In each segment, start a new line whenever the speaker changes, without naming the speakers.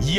以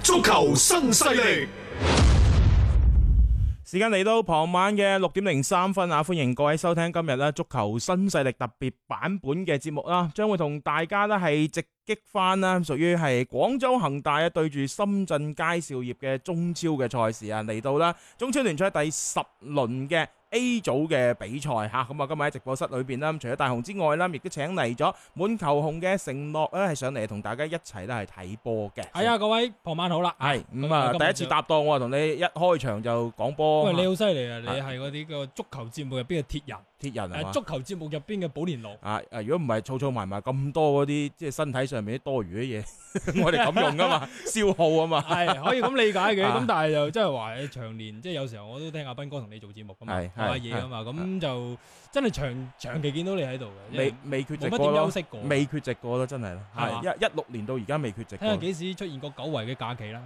足球新勢力，
時間嚟到傍晚嘅六點零三分啊！歡迎各位收聽今日咧足球新勢力特別版本嘅節目啦，將會同大家咧係直擊翻啦，屬於係廣州恒大啊對住深圳佳兆業嘅中超嘅賽事啊，嚟到啦中超聯賽第十輪嘅。A 組嘅比賽嚇，咁啊今日喺直播室裏邊啦，除咗大雄之外啦，亦都請嚟咗滿球紅嘅承諾咧，係上嚟同大家一齊咧係睇波嘅。
係啊，各位傍晚好啦。
係咁啊！第一次搭檔，我同你一開場就講波，
喂，你好犀利啊！你
啊
係嗰啲個足球節目入邊嘅鐵人，
鐵人係
誒
嘛
足球節目入邊嘅寶蓮 奴。
啊啊！如果唔係，儲儲埋埋咁多嗰啲，即係身體上面啲多餘嘅嘢， 我哋咁用噶嘛， 消耗啊嘛，
係可以咁理解嘅，
啊
咁但係就真係話誒長年，即係有時候我都聽阿斌哥同你做節目噶嘛，
係
講
係
下嘢噶嘛，咁就真係長長期見到你喺度嘅，因為
未未缺席
冇乜
過
點休
咯，
息過，
未缺席過咯，真係啦，係
係嘛
一一六年到而家未缺席
睇下
過。
幾時出現個久違嘅假期啦，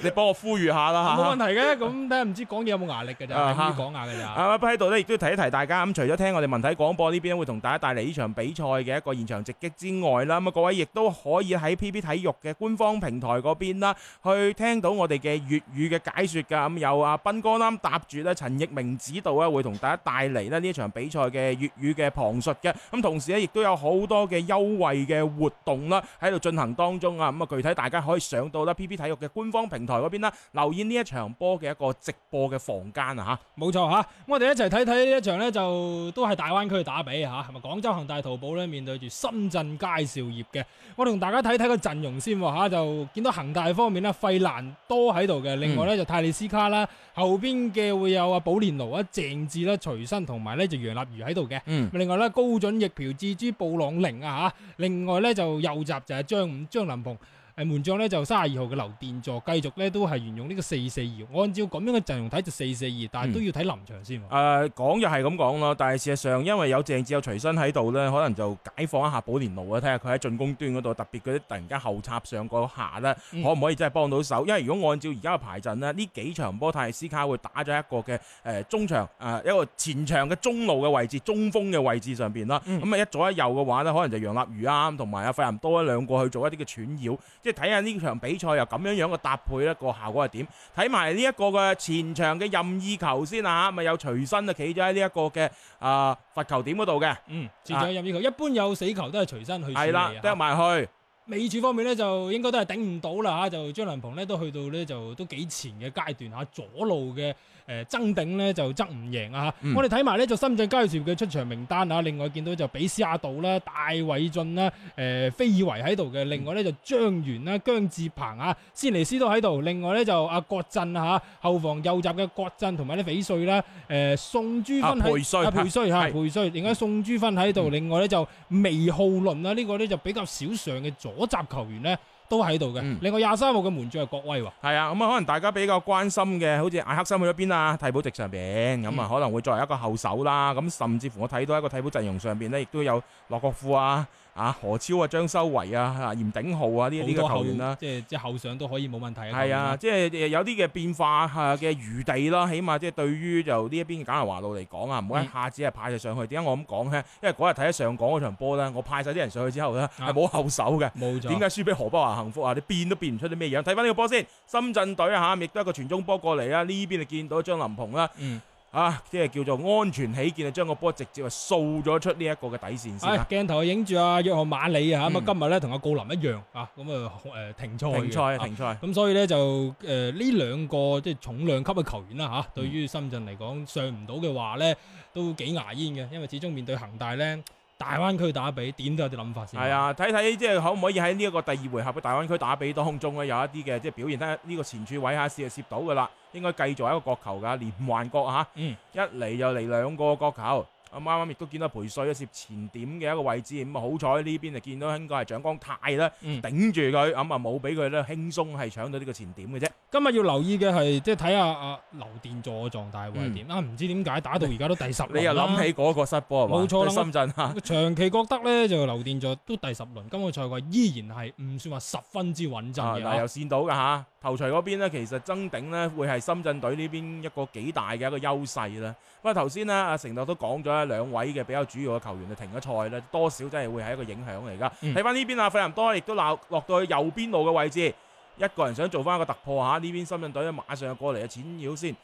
你幫我呼籲下啦嚇
冇問。題嘅，咁睇下唔知講嘢有冇壓力嘅咋，
啊
咁講下嘅咋，
啊！不過喺度咧，亦都提一提大家咁，除咗聽我哋文體廣播呢邊會同大家帶嚟呢場比賽嘅一個現場直擊之外啦，咁啊各位亦都可以喺 PP 體育嘅官方平台嗰邊啦，去聽到我哋嘅粵語嘅解説㗎。咁有啊斌哥啱搭住咧陳奕明指導啊，會同大家帶嚟咧呢一場比賽嘅粵語嘅旁述嘅。咁同時咧，亦都有好多嘅優惠嘅活動啦，喺度進行當中啊。咁啊，具體大家可以上到啦 PP 體育嘅官方平台嗰邊啦，留意呢一場波嘅一個直播嘅房間啊嚇。
冇錯嚇。咁我哋一齊睇睇呢一場呢，就都係大灣區嘅打比嚇，係咪廣州恒大淘寶呢，面對住深圳佳兆業嘅。我同大家睇睇個陣容先喎嚇，就見到恒大方面呢，費蘭多喺度嘅，另外呢，就泰利斯卡啦，後邊嘅會有啊保連奴啊、鄭智啦、徐新同埋呢就楊立瑜喺度嘅。
嗯
咁另外咧，高準翼、朴志洙、布朗寧啊嚇，另外咧就右閘就係張五張林鵬，誒門將咧就三十二號嘅劉殿座，繼續咧都係沿用呢個四四二。按照咁樣嘅陣容睇就四四二，
嗯
但係都要睇臨場先喎。
誒呃講又係咁講咯，但係事實上因為有鄭智有隨身喺度呢，可能就解放一下保連奴啊，睇下佢喺進攻端嗰度，特別嗰啲突然間後插上嗰下呢，
嗯
可唔可以真係幫到手？因為如果按照而家嘅排陣呢，呢幾場波泰利斯卡會打咗一個嘅誒、呃中場誒、呃一個前場嘅中路嘅位置、中鋒嘅位置上邊啦。咁啊、一左一右嘅話呢，可能就楊立瑜啱同埋阿費南多一兩個去做一啲嘅串擾，即係睇下呢場比賽又咁樣樣嘅搭配呢個效果係點。睇埋呢一個嘅前場嘅任意球先啊，咪有隨身啊企咗喺呢一個嘅啊罰球點嗰度嘅，
嗯，前場入呢球，一般有死球都係隨身去處
啊係
理
啦
啊，
掟埋去，
尾柱方面咧就應該都係頂唔到啦嚇，就張良鵬咧都去到咧就都幾前嘅階段嚇，左路嘅誒呃爭頂咧就爭唔贏啊嚇。
嗯
我哋睇埋咧就深圳佳兆業嘅出場名單啊，另外見到就比斯亞道啦、戴偉俊啦、誒、呃菲爾維喺度嘅，另外咧就張元啦、姜志鵬啊、斯尼斯都喺度，另外咧就阿郭振嚇後防右閘嘅郭振同埋啲翡翠啦、誒、宋朱
啊
芬喺
培帥
啊培帥嚇
係嗯
培帥，另外宋朱芬喺度，另外咧就微浩倫啦，呢個咧就比較少上嘅左閘球員咧都喺度嘅
嗯。
另外廿三號嘅門將係郭威喎，
係啊，咁啊可能大家比較關心嘅，好似艾克森去咗邊啊，替補席上邊，咁啊
嗯
可能會作為一個後手啦，咁甚至乎我睇到一個替補陣容上邊呢，亦都有洛國富啊、啊何超啊、張修維啊、啊嚴鼎浩啊呢啲
好多後
嘅球員啦。
即係即係後上都可以冇問題嘅球員。
係啊，即係有啲嘅變化啊嘅餘地啦，起碼即係對於就呢一邊嘅簡拿華路嚟講啊，唔好一
嗯
下子係派晒上去。點解我咁講呢？因為嗰日睇咗上港嗰場波呢，我派晒啲人上去之後呢，
啊
係冇後手嘅。
冇錯。
點解輸俾河北華幸福啊？你變都變唔出啲咩樣。睇翻呢個波先，深圳隊啊嚇，亦都一個傳中波過嚟啦。呢邊就見到張林鵬啦，
嗯
啊，即係叫做安全起見，就將個波直接係掃咗出呢一個嘅底線先啊
係
啦。
鏡頭影住阿約翰馬里啊，咁啊
嗯
今日咧同阿郜林一樣啊，咁啊誒停賽嘅
停賽，
啊
停賽。
咁所以咧就誒呢兩個即係重量級嘅球員啦啊
嗯
嚇，對於深圳嚟講上唔到嘅話咧，都幾牙煙嘅，因為始終面對恒大咧，大灣區打比點都有啲諗法先。
係，啊，睇睇即係可唔可以喺呢一個第二回合嘅大灣區打比當中咧，有一啲嘅即係表現得呢個前柱位下試係攝到噶啦，應該繼續係一個角球㗎，連環角嚇，
嗯
一嚟就嚟兩個角球。咁啱啱亦都見到培帥一攝前點嘅一個位置，咁啊好彩呢邊就見到應該係蔣光泰啦，
嗯
頂住佢，咁啊冇俾佢咧輕鬆係搶到呢個前點嘅啫。
今日要留意嘅係即係睇下阿劉殿座嘅狀態會係點啊？唔知點解打到而家都第十輪啦
你又諗起嗰個失波係嘛？
冇錯啦
對深圳嚇，
長期覺得咧就劉殿座都第十輪，今個賽季依然係唔算話十分之穩陣
啊
嘅
嗱又
啊。
線到㗎嚇。頭槌嗰邊呢，其實爭頂呢會係深圳隊呢邊一個幾大嘅一個優勢啦。不過頭先呢，阿成樂都講咗啦兩位嘅比較主要嘅球員就停咗賽啦，多少真係會係一個影響嚟㗎。
嗯
睇翻呢邊啊，費南多亦都落落到去右邊路嘅位置，一個人想做翻一個突破嚇，呢邊深圳隊呢馬上就過嚟啊，淺繞先。咁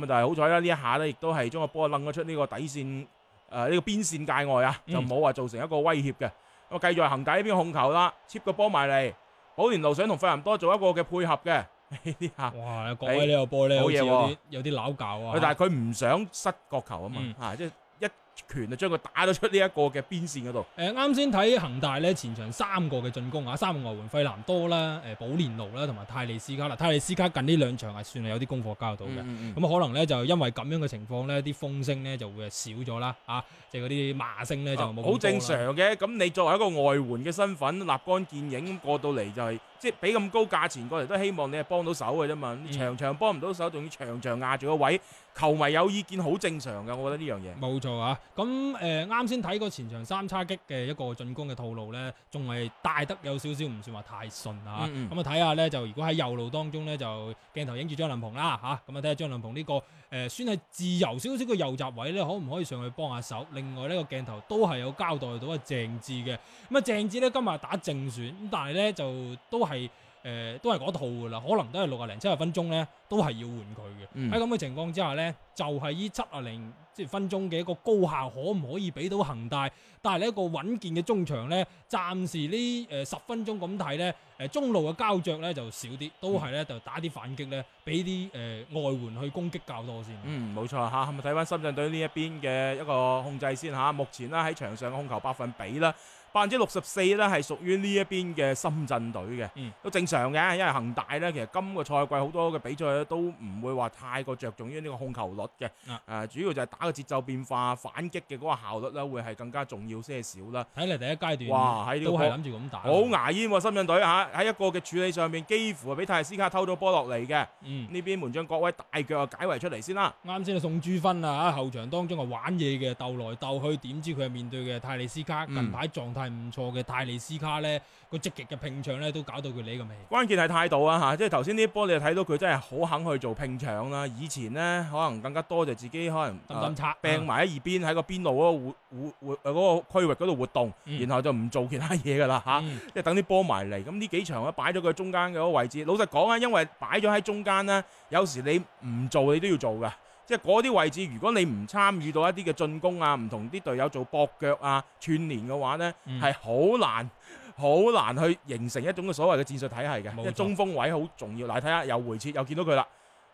啊，但係好彩啦，呢一下呢亦都係將個波掹咗出呢個底線，誒、呃呢、個邊線界外啊，
嗯
就冇話造成一個威脅嘅。咁啊，繼續係恒大呢邊控球啦，chip 個波埋嚟，保連奴想同費南多做一個嘅配合嘅， 呢下，
哇！各位呢個波咧，
啊哎好
好似
嘢
有
喎
啲有啲撈教啊
喂！但係佢唔想失角球啊嘛，
嗯
啊即係一拳就將佢打咗出呢一個嘅邊線嗰度。
誒啱先睇恒大咧前場三個嘅進攻啊，三個外援費南多啦、誒、保連奴啦同埋泰利斯卡啦，泰利斯卡近呢兩場係算係有啲功課交到嘅。咁、
嗯
可能咧就因為咁樣嘅情況咧，啲風聲咧就會係少咗啦，啊，即係嗰啲罵聲咧就冇咁
啊好正
多
常
啦。
嘅。咁你作為一個外援嘅身份，立竿見影咁過到嚟就係、即係俾咁高價錢過嚟，都希望你係幫到手嘅啫嘛。你場場幫唔到手，
嗯
仲要場場壓住個位，球迷有意見好正常嘅，我覺得呢樣嘢。
冇錯啊！咁誒啱先睇過前場三叉戟嘅一個進攻嘅套路咧，仲係帶得有少少唔算話太順啊！
嗯嗯
咁啊睇下咧，就如果喺右路當中咧，就鏡頭影住張林鵬啦嚇，咁啊睇下張林鵬呢、個誒、算係自由少少嘅右閘位咧，可唔可以上去幫下手？另外呢個鏡頭都係有交代到阿鄭智嘅，咁啊鄭智咧今日打正選，咁但係咧就都係。誒、都係嗰套㗎啦，可能都係六啊零七十分鐘咧，都係要換佢嘅。
嗯
喺咁嘅情況之下咧，就係依七啊零即係分鐘嘅一個高效，可唔可以俾到恒大？但係呢一個穩健嘅中場咧，暫時呢呃誒十分鐘咁睇咧，誒中路嘅交着咧就少啲，都係咧就
嗯
打啲反擊咧，俾啲誒外援去攻擊較多先。
嗯，冇錯嚇。咁啊睇翻深圳隊呢一邊嘅一個控制先嚇。目前啦喺場上嘅控球百分比啦，百分之六十四咧係屬於呢一邊嘅深圳隊嘅，
嗯
都正常嘅。因為恒大咧，其實今個賽季好多嘅比賽咧都唔會話太過着重於呢個控球率嘅。誒、
啊
主要就係打個節奏變化、反擊嘅嗰個效率咧，會係更加重要些少啦。
睇嚟第一階段
哇喺呢個
都係
波
諗住咁打。
好牙煙喎、深圳隊嚇喺一個嘅處理上面，幾乎係俾泰斯卡偷咗波落嚟嘅。
嗯。
呢邊門將各位大腳啊解圍出嚟先啦。
啱先啊，宋朱芬啊，喺後場當中啊玩嘢嘅，鬥來鬥去，點知佢係面對嘅泰利斯卡，
嗯
近排狀態唔錯嘅泰利斯卡呢個積極嘅拼搶呢，都搞到佢呢咁氣。
關鍵係態度啊嚇，即係頭先呢一波你就睇到佢真係好肯去做拼搶啦。以前呢，可能更加多就自己可能
抌抌擦
呃病埋喺二邊喺個邊路嗰個活活活嗰個區域嗰度活動，
嗯
然後啊就唔做其他嘢噶啦嚇，
嗯
即係等啲波埋嚟。咁呢幾場咧擺咗佢中間嘅嗰個位置，老實講啊，因為擺咗喺中間呢，有時你唔做你都要做噶。即係嗰啲位置，如果你唔參與到一啲嘅進攻啊，唔同啲隊友做搏腳啊、串連嘅話呢，
嗯
係好難好難去形成一種嘅所謂嘅戰術體系嘅，
冇錯
即係中鋒位好重要。嗱，睇下又回撤，又見到佢啦。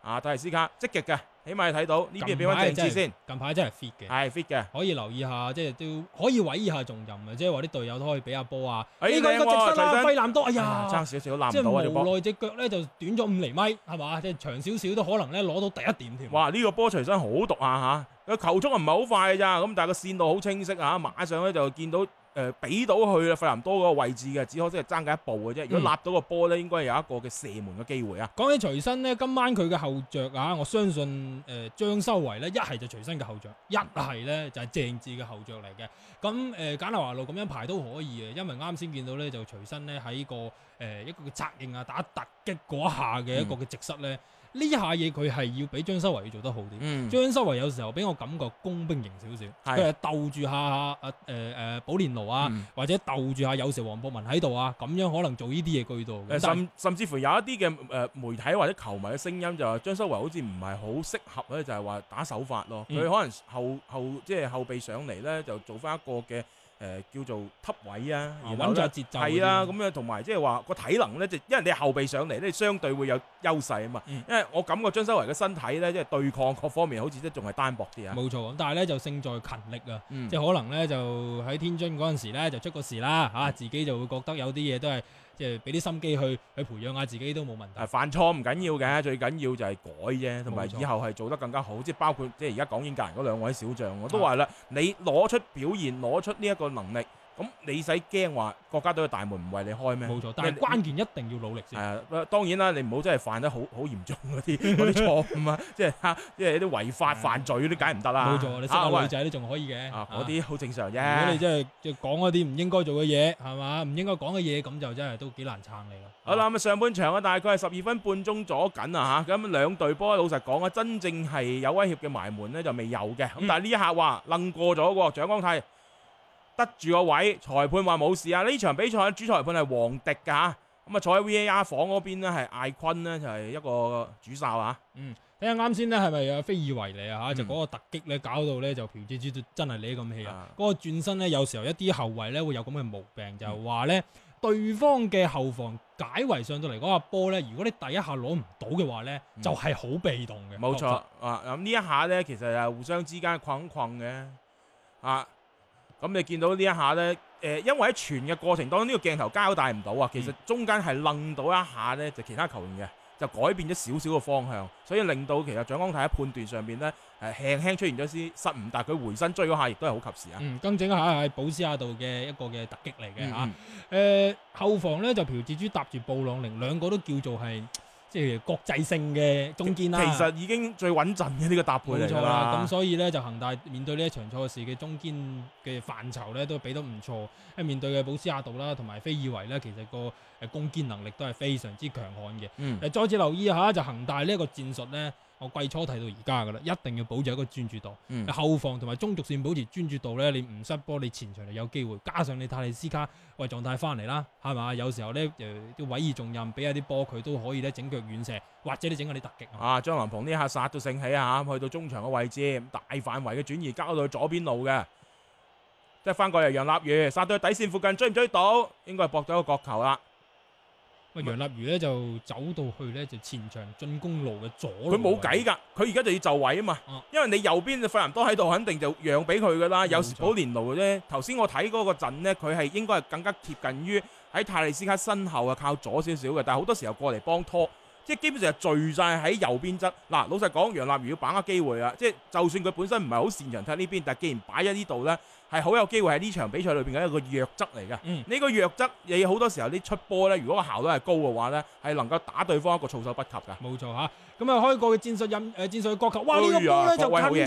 啊，泰利斯卡積極嘅，起碼你睇到呢邊俾
近
翻
排
鄭智先，啊
近排真係哎 fit 嘅，
係 fit 嘅。
可以留意下，即係都可以委以下重任啊！即係話啲隊友都可以俾下波啊。
哎
呢個
靚
應該
喎
直身
徐
啦，
新
費南多，哎
啊
呀
爭！少少都攬
即
唔到啊
係
條
無
波。
奈只腳咧就短咗五厘米，係嘛？即係長少少都可能咧攞到第一點添。
哇！呢、個波隨身好毒啊嚇，個球速啊唔係好快㗎咋，咁但係個線路好清晰啊，馬上咧就見到誒俾、到去費南多嗰個位置嘅，只可惜係爭緊一步嘅啫。如果
嗯
立到個波咧，應該有一個嘅射門嘅機會啊。
講起隨身呢，今晚佢嘅後着啊，我相信誒張、修維呢，一係就隨身嘅後着，一係呢就係鄭智嘅後着嚟嘅。咁誒、呃、簡拿華路咁樣排都可以嘅，因為啱先見到呢，就隨身呢喺個誒、呃一個嘅策應啊打突擊嗰一下嘅一個嘅直塞呢，呢下嘢佢係要比張修維要做得好啲。
嗯，
張修維有時候俾我感覺工兵型少少，
係
佢係鬥住下啊誒誒保連奴啊，
嗯
或者鬥住下有時黃博文喺度啊，咁樣可能做呢啲嘢居多。
誒
咁但係
甚甚至乎有一啲嘅誒媒體或者球迷嘅聲音就話張修維好似唔係好適合咧，就係話打手法咯。佢
嗯
可能後後即係後備上嚟咧，就做翻一個嘅誒叫做吸位啊，
啊
然後
穩住下
咧
節奏嗰啲。
係啊啦，咁樣同埋即係話個體能咧，就因為你後備上嚟咧，相對會有優勢啊嘛。
嗯
因為我感覺張修維嘅身體咧，即係對抗各方面好似都仲係單薄啲啊。
冇錯咁，但係咧就勝在勤力啊，
嗯
即係可能咧就喺天津嗰陣時咧就出過事啦
嗯
嚇，自己就會覺得有啲嘢都係即係俾啲心機去去培養下自己都冇問題
誒。犯錯唔緊要嘅，最緊要就係改啫，同埋
冇錯
以後係做得更加好。即係包括即係而家講英格蘭嗰兩位小將，我都話
啊
啦，你攞出表現，攞出呢一個能力，咁你使驚話國家隊嘅大門唔為你開咩？
冇錯，但係關鍵一定要努力
係
先。
啊，不當然啦，你唔好真係犯得好好嚴重嗰啲嗰啲錯誤啊，即係嚇，即係啲違法犯罪嗰啲，梗係唔得啦。
嗯冇錯，你識
啊
下
喂
女仔都仲可以嘅。
啊，嗰啲好正常
如果你
啫。
真係即係講嗰啲唔應該做嘅嘢，係嘛？唔應該講嘅嘢，咁就真係都幾難撐你啦。
好啦，咁啊上半場啊，大概係十二分半鐘左緊啊嚇，咁兩隊波老實講啊，真正係有威脅嘅埋門呢就未有嘅，咁
嗯
但係呢一下話楞過咗喎，蔣光泰得住個位，裁判話冇事啊，呢場比賽主裁判係黃迪㗎嚇，咁啊坐喺 VAR 房嗰邊呢係艾坤呢，就係一個主哨啊，
睇下啱先咧，係咪啊？菲爾維尼啊嚇，就
嗯
嗰個突擊咧，搞到咧就朴志洙都真係你咁氣啊
啊！
嗰個轉身咧，有時候一啲後衞咧會有咁嘅毛病，就係
嗯
話咧對方嘅後防解圍上到嚟嗰下波咧，如果你第一下攞唔到嘅話咧，
嗯
就係好被動嘅。
冇錯
確實
啊，咁呢一下呢，其實係互相之間困困嘅啊，咁你見到呢一下呢，誒、因為喺傳嘅過程當中，呢、個鏡頭交代唔到啊，其
嗯
實中間係楞到一下呢，就其他球員嘅就改變咗少少嘅方向，所以令到其實蔣光太喺判斷上邊呢，誒輕輕出現咗啲失誤，但係佢回身追嗰下亦都係好及時啊。
嗯，更正一下係保斯亞道嘅一個嘅突擊嚟嘅嚇。
嗯
誒、後防咧就朴志洙搭住布朗寧兩個都叫做係即係國際性嘅中堅啦。
其實已經最穩陣嘅呢個搭配
嗯冇
嚟
錯
㗎
啦，
啦
咁。所以咧就恒大面對呢一場賽事嘅中堅嘅範疇咧都俾得唔錯，因為面對嘅保斯亞道啦同埋菲爾維咧，其實個誒攻堅能力都係非常之強悍嘅。
嗯
誒再次留意一下就恒大呢一個戰術咧，我季初睇到而家噶啦，一定要保持一個專注度，
嗯
後防同埋中軸線保持專注度咧，你唔失波，你前場就有機會，加上你泰利斯卡喂狀態翻嚟啦，係嘛？有時候咧誒啲委以重任，俾一啲波佢都可以咧整腳遠射，或者你整下啲突擊啊。
啊，張林鵬呢下殺到盛起啊，去到中場嘅位置，大範圍嘅轉移交到去左邊路嘅，即係翻過嚟楊立宇殺到去底線附近，追唔追到？應該係搏到一個角球啦。
喂，
啊
楊立瑜咧就走到去咧就前場進攻路嘅左路啊
佢
位，
冇計㗎，佢而家就要就位啊嘛
啊。
因為你右邊嘅費南多喺度，肯定就讓俾佢㗎啦。有時
嗯冇錯
保連奴咧，頭先我睇嗰個陣呢，佢係應該係更加貼近於喺泰利斯卡身後啊，靠左少少嘅，但係好多時候過嚟幫拖。即係基本上係聚晒喺右邊側。嗱，老實講，楊立如要把握機會啊！即係就算佢本身唔係好擅長踢呢邊，但係既然擺喺呢度呢，係好有機會喺呢場比賽裏邊嘅一個弱側嚟嘅。
嗯
呢個弱側，你好多時候啲出波呢，如果個效率係高嘅話呢，係能夠打對方一個措手不及㗎。
冇錯嚇。咁啊，開過嘅戰術任誒戰術嘅角球，哇！呢個
哎呀郭威
波
好
咧
嘢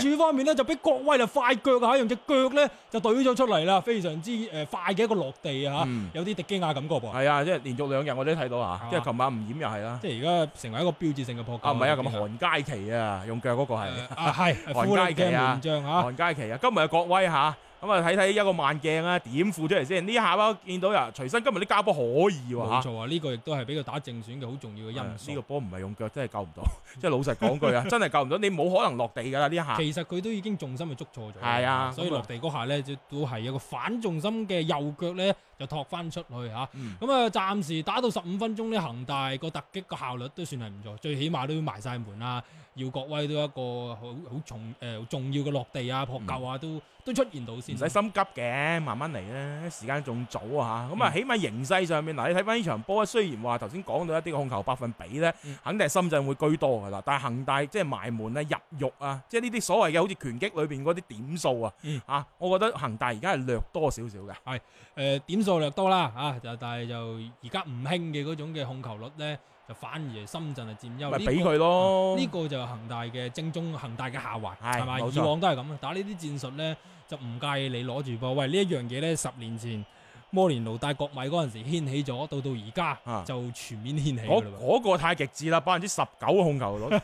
就近處方面咧就俾郭威就快腳啊，用只腳咧就懟咗出嚟啦，非常之誒快嘅一個落地啊嚇，
嗯
有啲迪基亞感覺噃。
係啊，即係連續兩日我哋都睇到啊，
係嘛
即係琴晚吳掩又係啦，啊
即係而家成為一個標誌性嘅破格
啊唔係啊，咁韓佳琪啊，用腳嗰個係
誒啊係
韓
富力
佳
嘅
琪啊
門將嚇。
韓佳琪啊，今日係郭威嚇，咁啊睇睇一個慢鏡啊，點付出嚟先？呢下啊見到啊，徐新今日啲交波可以
冇
喎嚇。
錯啊！呢個亦都係俾佢打正選嘅好重要嘅
係啊
因
呢個
素。
波唔係用腳真係救唔到， 即係老實講句啊，真係救唔到，你冇可能落地㗎啦呢一下。
其實佢都已經重心去捉錯咗，
啊係啊
所以
咁啊
落地嗰下咧，就都係有個反重心嘅右腳咧，就托翻出去嚇。
嗯
咁啊，暫時打到十五分鐘呢，恒大個突擊個效率都算係唔錯，最起碼都埋晒門啊，耀國威都一個好好重誒、呃重要嘅落地啊、撲救啊，都都出現到先。
嗯唔使心急嘅，慢慢嚟啦，時間仲早啊嚇。咁
嗯
啊，起碼形勢上面嗱，你睇翻呢場波，雖然話頭先講到一啲嘅控球百分比呢，
嗯
肯定係深圳會居多噶啦。但係恒大即係埋門啊、入肉啊，即係呢啲所謂嘅好似拳擊裏邊嗰啲點數啊，
嗯
啊，我覺得恒大而家係略多少少嘅。
誒、呃、點數略多啦啊，就但係就而家唔興嘅嗰種嘅控球率呢，就反而係深圳係佔優。
咪
呢
俾
個啊
佢咯。
呢個就係恒大嘅正宗恒大嘅下懷，
哦係
係咪？
冇錯
以往都係咁啊，打呢啲戰術呢，就唔介意你攞住波。喂，呢一樣嘢呢，十年前摩連奴帶國米嗰陣時掀起咗，到到而家
啊
就全面掀起㗎
嗰
啦喎。
嗰個太極致啦，百分之十九控球率。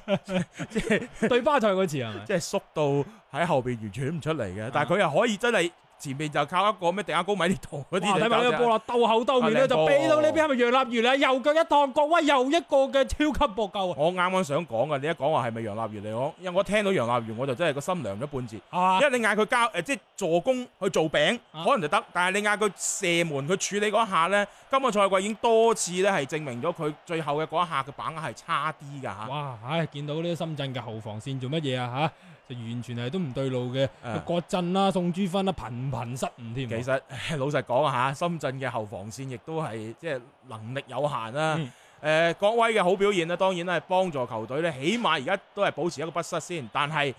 對巴塞嗰次係咪？
即係縮到喺後邊完全唔出嚟嘅，
啊
但係佢又可以真係前面就靠一個咩迪亞高米呢度嗰啲
哇！
嚟
睇埋呢個波
搞
啦，鬥口鬥面
啊
咧，
靚
就
波
俾到呢邊係咪楊立如啦？右腳一趟，國威又一個嘅超級搏救 啊！
我啱啱想講嘅，你一講話係咪楊立瑜嚟講，因為我聽到楊立瑜我就真係個心涼咗半截，
啊
因為你嗌佢交誒、即係助攻去做餅，
啊
可能就得，但係你嗌佢射門佢處理嗰一下呢，今個賽季已經多次咧係證明咗佢最後嘅嗰一下嘅把握係差啲㗎嚇。
哇！唉，見到呢啲深圳嘅後防線做乜嘢啊？嚇，就完全係都唔對路嘅。
啊
郭振啦、宋朱芬啦，頻頻失誤添。
其實 老實講啊嚇，深圳嘅後防線亦都係即係能力有限啦、
嗯
誒、郭威嘅好表現咧，當然咧係幫助球隊咧，起碼而家都係保持一個不失先。但係誒、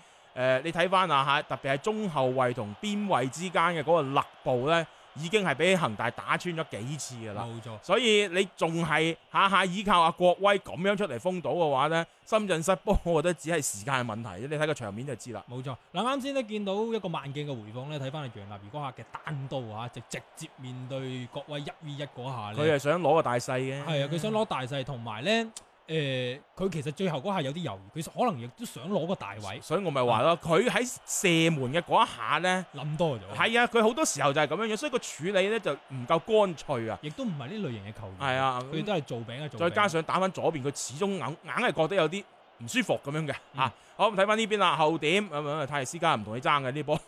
你睇翻啊嚇，特別係中後衞同邊衞之間嘅嗰個勒步咧，已經係俾恒大打穿咗幾次㗎啦。
冇錯，
所以你仲係下下依靠阿郭威咁樣出嚟封堵嘅話呢，深圳失波，我覺得只係時間嘅問題。你睇個場面就知啦。
冇錯。嗱，啱先咧見到一個慢鏡嘅回放咧，睇翻係楊立如嗰下嘅單刀啊，就直接面對國威一 v 一嗰下
佢
咧。
係想攞個大細嘅，
啊係啊，佢想攞大勢，同埋咧誒，佢、其實最後嗰下有啲猶豫，佢可能亦都想攞個大位，
所以我咪話咯，佢喺射門嘅嗰一下呢。
諗多咗。
係啊，佢好多時候就係咁樣樣，所以個處理咧就唔夠乾脆啊。
亦都唔係呢類型嘅球員。
係，啊，
佢都係做餅嘅做餅。
再加上打翻左邊，佢始終硬硬係覺得有啲唔舒服咁樣嘅嚇。好，咁睇翻呢邊啦，後點咁樣，泰利斯加唔同你爭嘅呢波，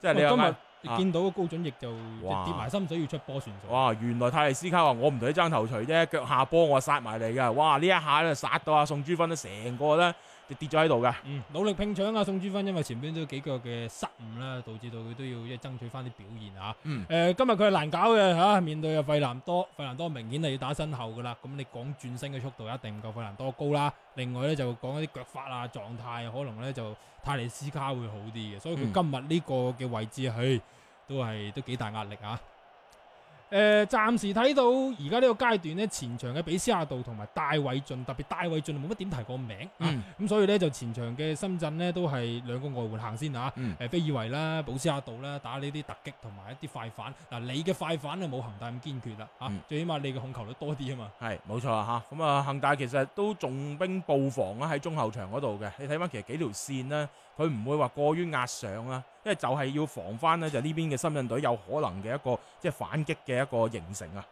即係
哇
你又嗌
哦今日
啊
見到個高準翼就就
哇
跌埋心水要出波算數。
哇！原來泰利斯卡話我唔同你爭頭槌啫，腳下波我殺埋你㗎。哇！呢一下咧殺到阿宋朱芬咧成個咧就跌咗喺度㗎。
嗯，努力拼搶啊！宋朱芬因為前邊都有幾腳嘅失誤啦，導致到佢都要即係爭取翻啲表現啊。
嗯
誒、今日佢係難搞嘅嚇、面對啊費南多，費南多明顯係要打身後噶啦。咁你講轉身嘅速度一定唔夠費南多高啦。另外咧就講一啲腳法啊、狀態，可能咧就泰利斯卡會好啲嘅。所以佢
嗯
今日呢個嘅位置，佢都係都幾大壓力啊。誒、暫時睇到而家呢個階段咧，前場嘅比斯亞道同埋戴偉俊，特別戴偉俊冇乜點提過名啊。
嗯
咁所以咧就前場嘅深圳呢，都係兩個外援行先嚇，
嗯
誒菲爾維啦、保斯亞道啦，打呢啲突擊同埋一啲快反。嗱，你嘅快反啊冇恒大咁堅決啦嚇，
嗯
最起碼你嘅控球率多啲啊嘛。
係冇錯啊嚇，咁啊恒大其實都重兵布防啊啦喺中後場嗰度嘅，你睇翻其實幾條線呢，佢唔會話過於壓上啦，因為就係要防翻呢，就呢邊嘅深圳隊有可能嘅一個即係反擊嘅一個形成啊。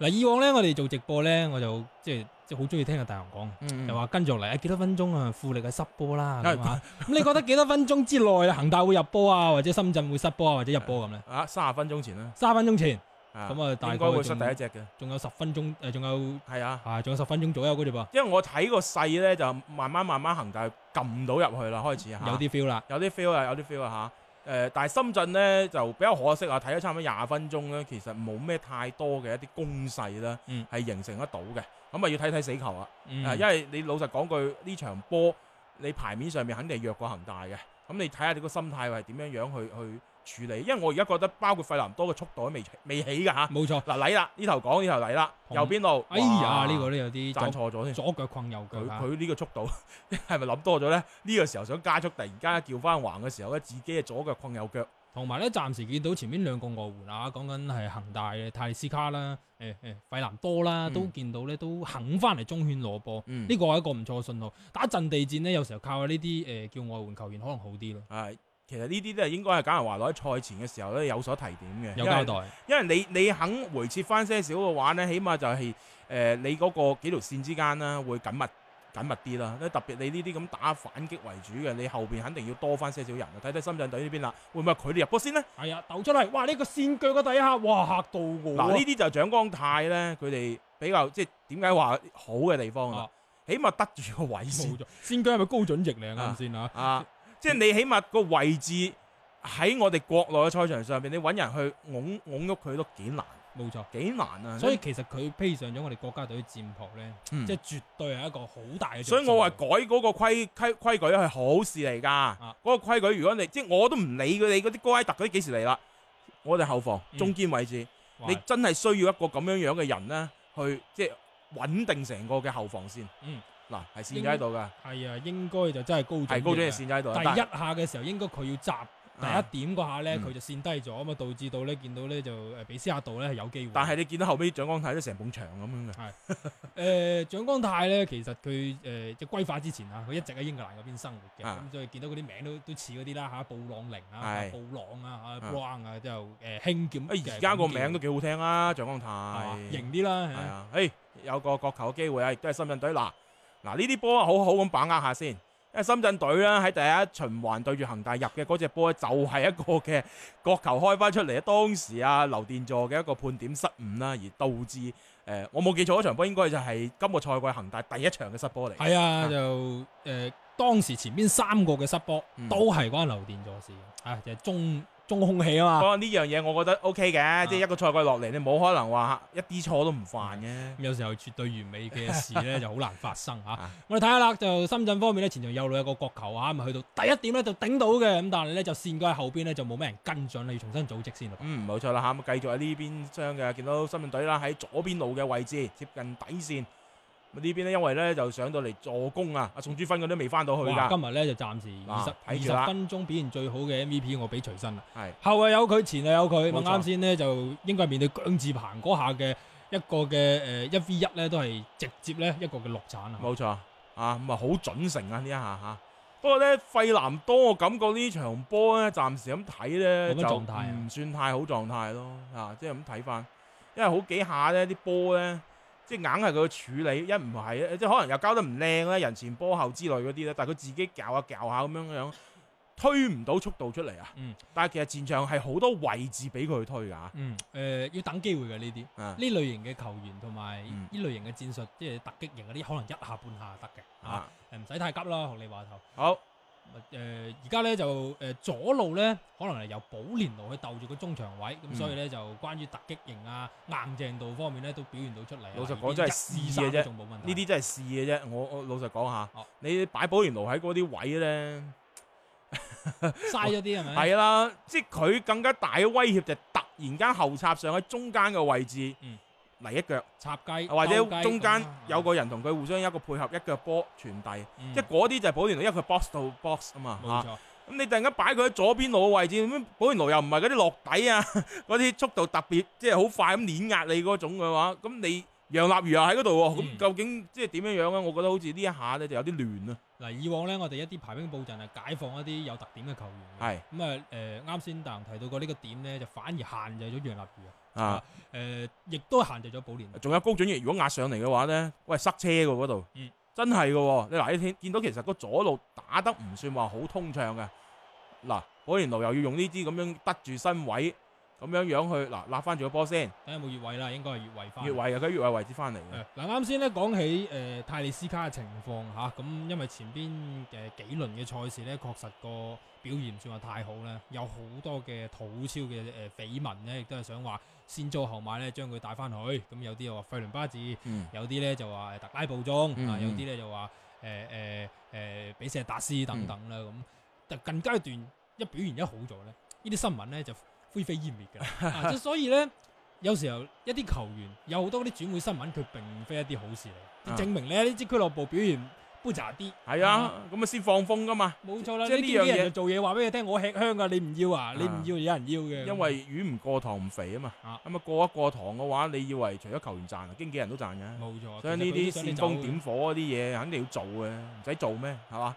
嗱，以往呢，我哋做直播呢，我就即係即係好中意聽阿大雄講。
嗯
就話跟住落嚟啊，幾多分鐘啊，富力嘅失波啦，
係
咁啊咁你覺得幾多分鐘之內啊，恒大會入波啊，或者深圳會失波啊，或者入波咁呢？
啊三十分鐘前啦，
三十分鐘前，
啊
咁啊大概
應該會失第一隻嘅，
仲有十分鐘，誒，仲有
係啊。
啊，仲有十分鐘左右嗰啫噃，
因為我睇個勢呢，就慢慢慢慢恒大撳到入去啦，開始嚇
有啲 feel 啦。
有啲 feel 啊，有啲 feel 啊嚇。誒、但係深圳呢，就比較可惜啊，睇咗差唔多廿分鐘呢，其實冇咩太多嘅一啲攻勢啦，係、
嗯
形成得到嘅。咁啊要睇睇死球啊，
嗯
啊因為你老實講句，呢場波你牌面上面肯定係弱過恒大嘅。咁你睇下你個心態係點樣樣去去處理，因為我而家覺得包括費南多嘅速度都未未起㗎嚇。
冇錯。
嗱嚟啦，呢頭講呢頭嚟啦，
紅
右邊路，
哎呀，
哇
呢個都有啲
讚
左
錯咗先。
左腳困右腳
佢
啊
佢呢個速度 係咪諗多咗呢？呢、個時候想加速，突然間叫翻橫嘅時候呢，自己嘅左腳困右腳，
同埋咧，暫時見到前面兩個外援啊，講緊係恒大嘅泰利斯卡啦，誒誒費南多啦，
嗯
都見到咧都肯翻嚟中圈攞波，
嗯
呢個係一個唔錯嘅信號。打陣地戰呢，有時候靠下呢啲誒叫外援球員可能好啲咯，
啊，其實呢啲都係應該係簡人華攞喺賽前嘅時候呢有所提點嘅，
有交代。
因為。因為你你肯回撤翻些少嘅話呢，起碼就係、呃你嗰個幾條線之間啦，會緊密緊密啲啦。特別你呢啲咁打反擊為主嘅，你後邊肯定要多翻些少人啊。睇睇深圳隊呢邊啦，會唔會係佢哋入波先呢？
係啊，鬥出嚟，哇！呢、個線腳嘅底下，哇嚇到我啊。
嗱，呢啲就係蔣光泰呢，佢哋比較即係點解話好嘅地方
啊
啦，起碼得住個位先
冇。咗線腳係咪高準翼嚟啊？
啊
啱先啊，
啊，即係你起碼個位置喺我哋國內嘅賽場上邊，你揾人去拱拱喐佢都幾難，
冇錯。
幾難啊！
所以其實佢披上咗我哋國家隊嘅戰袍咧，
嗯
即係絕對係一個好大嘅着數。啊
所以我話改嗰個規規規矩係好事嚟㗎。嗰、
啊
個規矩如果你即係我都唔理佢哋嗰啲高埃特嗰啲幾時嚟啦，我哋後防
嗯
中堅位置，
哇
你真係需要一個咁樣樣嘅人呢，去即係穩定成個嘅後防線。
嗯，
嗱係線咗喺度㗎，
係啊，應該就真係高準
係高咗
翼
隻
啊
線咗喺度。
第
但
一
係
下嘅時候應該佢要集
啊
第一點嗰下咧，佢就跣低咗，咁啊導致到咧見到咧就誒比斯亞道咧係有機會。
但係你見到後尾蔣光太都成埲牆咁樣嘅，
誒呃蔣光泰咧，其實佢誒即係歸化之前啊，佢一直喺英格蘭嗰邊生活嘅，
啊
咁所以見到嗰啲名都都似嗰啲啦嚇，布朗寧啊
係、
布朗啊、
啊
嚇 Brown 啊，之後誒興劍
誒
嘅
哎而家個
咁叫
名都幾好聽啊，蔣光
係嘛
太。
型啲啦，
係
係
啊，誒有個角球嘅機會啊，亦都係深圳隊嗱嗱呢啲波啊，好好咁把握下先。因為深圳隊咧喺第一循環對住恒大入嘅嗰只波咧，就係一個嘅角球開翻出嚟啊！當時啊劉殿座嘅一個判點失誤啦，而導致誒、呃我冇記錯嗰場波應該就係今個賽季恒大第一場嘅失波嚟。
係啊，就誒當時前邊三個嘅失波
嗯
都係關劉殿座事嘅，啊就係中中空氣啊
不
嘛。
過呢樣嘢我覺得 O K 嘅，即係一個賽季落嚟，你冇可能話一啲錯都唔犯嘅。
咁有時候絕對完美嘅事咧就好難發生嚇
啊。
我哋睇下啦，就深圳方面咧，前場右路有個角球啊，咁啊去到第一點咧就頂到嘅，咁但係咧就線過喺後邊咧就冇咩人跟進啦，要重新組織先啦。
嗯，冇錯啦嚇，咁繼續喺呢邊雙嘅，見到深圳隊啦喺左邊路嘅位置接近底線。咁呢邊呢，因為呢就上到嚟助攻啊，阿宋朱芬嗰啲未翻到去
哇
㗎，
今日咧就暫時二十
啊
二
睇
十
住啦
分鐘表現最好嘅 MVP 我俾隨身啦。
係
後衞有佢，前衞有佢。
冇
咁
錯
啱先呢，就應該係面對姜志鵬嗰下嘅一個嘅呃誒一 v 一咧，都係直接咧一個嘅落鏟啊。
冇錯啊，咁啊好準成啊呢一下嚇。不過呢，費南多我感覺呢場波呢，暫時咁睇呢，
冇乜
就
狀態啊
唔算太好狀態咯，啊，即係咁睇翻，因為好幾下呢啲波呢，即係硬係佢嘅處理，一唔係咧，即係可能又交得唔靚啦，人前波後之類嗰啲咧，但係佢自己教下教下咁樣樣，推唔到速度出嚟啊。
嗯
但係其實前場係好多位置俾佢去推㗎啊。
嗯，誒、要等機會嘅呢啲。
啊
呢類型嘅球員同埋
嗯
呢類型嘅戰術，即係突擊型嗰啲，可能一下半下得嘅，嚇
啊
誒唔使太急啦，學你話頭。
好，
誒而家咧就誒、呃左路咧，可能係由保連奴去鬥住個中場位，咁、
嗯
所以咧就關於突擊型啊、硬淨度方面咧都表現到出嚟啊。
老實
而
講
邊
真
一
係試
二三
嘅啫
仲冇問題。
呢啲真係試嘅啫。我我老實講下，
哦
你擺保連奴喺嗰啲位呢。
嘥咗啲係咪？
係啊啦，即係佢更加大嘅威脅就係突然間後插上喺中間嘅位置
嗯
嚟一腳，
插雞
或者
鬥雞
中
咁
間
啊
有個人同佢互相一個配合，一腳波傳遞，
嗯
即係嗰啲就係保連奴，因為佢 box 到 box 啊嘛
冇
嚇
錯，
咁你突然間擺佢喺左邊路嘅位置，咁保連奴又唔係嗰啲落底啊， 嗰啲速度特別即係好快咁碾壓你嗰種嘅話，咁你楊立瑜又喺嗰度喎，咁、
嗯
究竟即係點樣樣咧？我覺得好似呢一下咧就有啲亂啊，
嗱以往咧我哋一啲排兵布陣係解放一啲有特點嘅球員嘅。
係
咁啊誒啱先大雄提到過呢個點咧，就反而限制咗楊立瑜啊。
啊，
誒、亦都限制咗保連奴。
呃仲有高準翼，如果壓上嚟嘅話呢，喂塞車嘅嗰度，
嗯
真係嘅喎。你嗱，你見見到其實個左路打得唔算話好通暢嘅。嗱，保連奴又要用呢啲咁樣得住身位，咁樣樣去嗱，立翻住個波先，
睇下有冇越位啦，應該係越位翻。
越位啊，佢越位位置翻嚟嘅
誒。嗱，啱先咧講起誒、泰利斯卡嘅情況嚇，咁、因為前邊誒、幾輪嘅賽事咧，確實個表現唔算話太好啦，有好多嘅土超嘅誒、緋聞咧，亦都係想話先租後買咧，將佢帶翻去。咁有啲又話費倫巴治，
嗯
有啲咧就話特拉布宗，
嗯
啊有
嗯
啲咧就話誒誒誒比錫達斯等等啦。咁、但近階段一表現一好咗咧，呢啲新聞咧就灰飛煙滅㗎啦。啊即係所以咧。有時候一啲球員有好多啲轉會新聞，佢並非一啲好事嚟，
啊
證明咧呢支俱樂部表現不咋啲。
係啊，咁啊先放風噶嘛，
冇錯啦，
即
呢啲
係呢樣嘢
人就做嘢話俾你聽，我吃香噶，你唔要啊，你唔要有人要嘅。
因為魚唔過塘唔肥啊嘛。
啊
咁啊過一過塘嘅話，你以為除咗球員賺啊，經紀人都賺嘅。
冇錯，
所以呢啲煽風點火嗰啲嘢肯定要做嘅，唔使做咩，係嘛？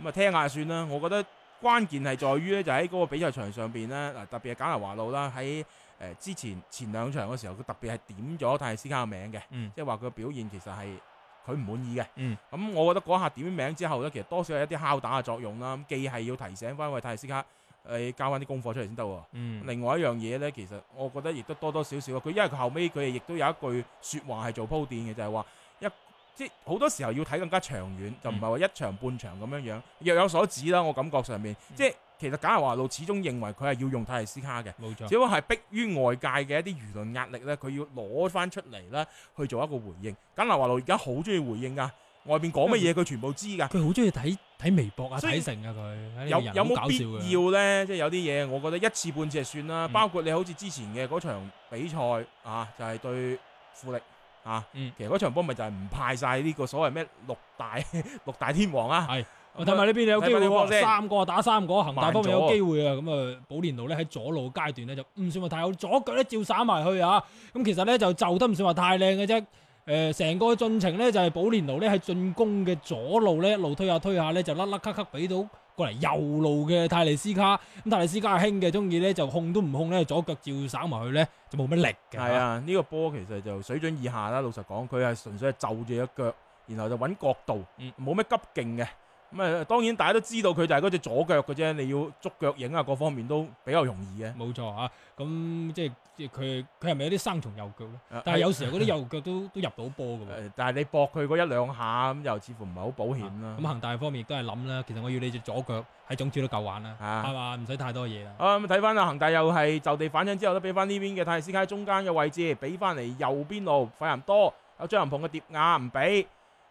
咁啊聽下算啦。我覺得關鍵係在於咧，就喺嗰個比賽場上邊咧，嗱特別係簡拿華路啦，喺誒、呃之前前兩場嘅時候，佢特別係點咗泰斯卡嘅名嘅，
嗯
即係話佢嘅表現其實係佢唔滿意嘅。
嗯
咁、我覺得嗰下點名之後咧，其實多少有一啲敲打嘅作用啦。咁既係要提醒翻喂泰斯卡，誒、交翻啲功課出嚟先得喎。
嗯
另外一樣嘢呢，其實我覺得亦都多多少少啊。佢因為佢後尾佢亦都有一句説話係做鋪墊嘅，就係、話一即好多時候要睇更加長遠，就唔係話一場半場咁樣樣。若有所指啦，我感覺上面、即係其實簡拿華路始終認為佢係要用泰利斯卡嘅，
冇錯
只。不過係迫於外界嘅一啲輿論壓力呢，佢要攞翻出嚟呢去做一個回應。簡拿華路而家好中意回應㗎，外邊講乜嘢佢全部知㗎。
佢好中意睇睇微博啊，
所以
睇成啊佢。
有
呢個人
有
好
冇
搞
必
笑嘅
要呢？即係有啲嘢，我覺得一次半次就算啦。
嗯
包括你好似之前嘅嗰場比賽啊，就係、對富力啊，
嗯
其實嗰場波咪就係唔派晒呢個所謂咩六大六大天王啊，
係睇埋呢邊有機會
睇翻呢波
喎，
先
三個打三個，恒大方面有
慢咗
機會啊！咁啊，保連奴咧喺左路階段咧就唔算話太好，左腳咧照散埋去啊！咁其實咧就就得唔算話太靚嘅啫。誒、成個進程咧就係、保連奴咧喺進攻嘅左路咧一路推下推下咧就甩甩咳咳俾到過嚟右路嘅泰利斯卡，咁泰利斯卡係輕嘅，中意咧就控都唔控咧，左腳照省埋去咧就冇乜力嘅。
係，啊，呢、個波其實就水準以下啦。老實講，佢係純粹係就住一腳，然後就揾角度
嗯，
冇咩、急勁嘅。咁啊，當然大家都知道佢就係嗰只左腳嘅啫，你要捉腳影啊，各方面都比較容易嘅。
冇錯啊！咁即係即係佢佢係咪有啲生蟲右腳咧？
啊
但係有時候嗰啲右腳都 都入到波嘅喎。
呃誒但係你搏佢嗰一兩下咁，又似乎唔係好保險啦。
啊咁恒大方面亦都係諗啦，其實我要你只左腳喺總主都夠玩啦，
啊
係嘛？唔使太多嘢啦。
啊咁睇翻啦，恒大又係就地反應之後咧，俾翻呢邊嘅泰斯卡喺中間嘅位置，俾翻嚟右邊路費南多，有張林鵬嘅碟壓唔俾，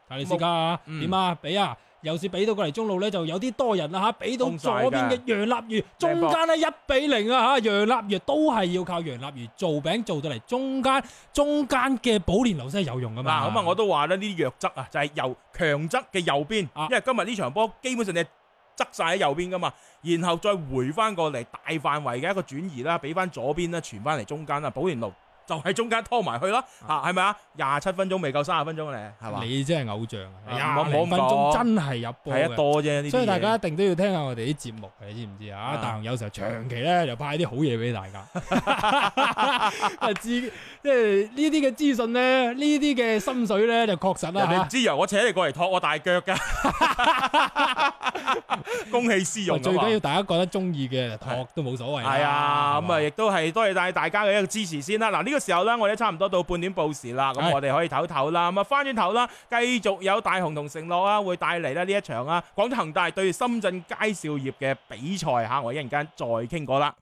泰利斯卡啊
嗯
點啊？俾啊！又是俾到過嚟中路咧，就有啲多人啦嚇，俾到
空晒
左邊嘅楊立瑜，中間咧一比零啊嚇，楊立瑜都係要靠楊立瑜做餅做到嚟中間，中間嘅保連奴先係有用噶
嗱
嘛。
咁啊我都話咧呢啲弱側啊，就係由強側嘅右邊，
啊
因為今日呢場波基本上你係側晒喺右邊噶嘛，然後再回翻過嚟大範圍嘅一個轉移啦，俾翻左邊啦，傳翻嚟中間啦，保連路就喺中間拖埋去啦，嚇係咪啊？廿七分鐘未夠三十分鐘咧，係嘛？
你真係偶像啊！
啊唔好
廿零
唔好咁
分鐘
講
真係入波
睇
嘅
得。多啫呢啲嘢，
所以大家一定都要聽下我哋啲節目，你知唔知啊
啊？
大雄有時候長期咧就派啲好嘢俾大家， 知即係呢啲嘅資訊咧，呢啲嘅心水咧就確實
人哋
啦
唔知由我請你過嚟托我大腳 噶，公器私
嚇
用啊
最緊要
嘛。
大家覺得中意嘅托都冇所謂啦。
係啊，
係
咁
嘛
啊，亦都係多謝晒大家嘅一個支持先啦。嗱，呢個時候呢，我哋差唔多到半點報時啦，咁
係
我哋可以唞唞啦。咁啊，翻轉頭啦，繼續有大雄同承諾啊，會帶嚟啦呢一場啊廣州恒大對深圳佳兆業嘅比賽嚇，我一陣間再傾過啦。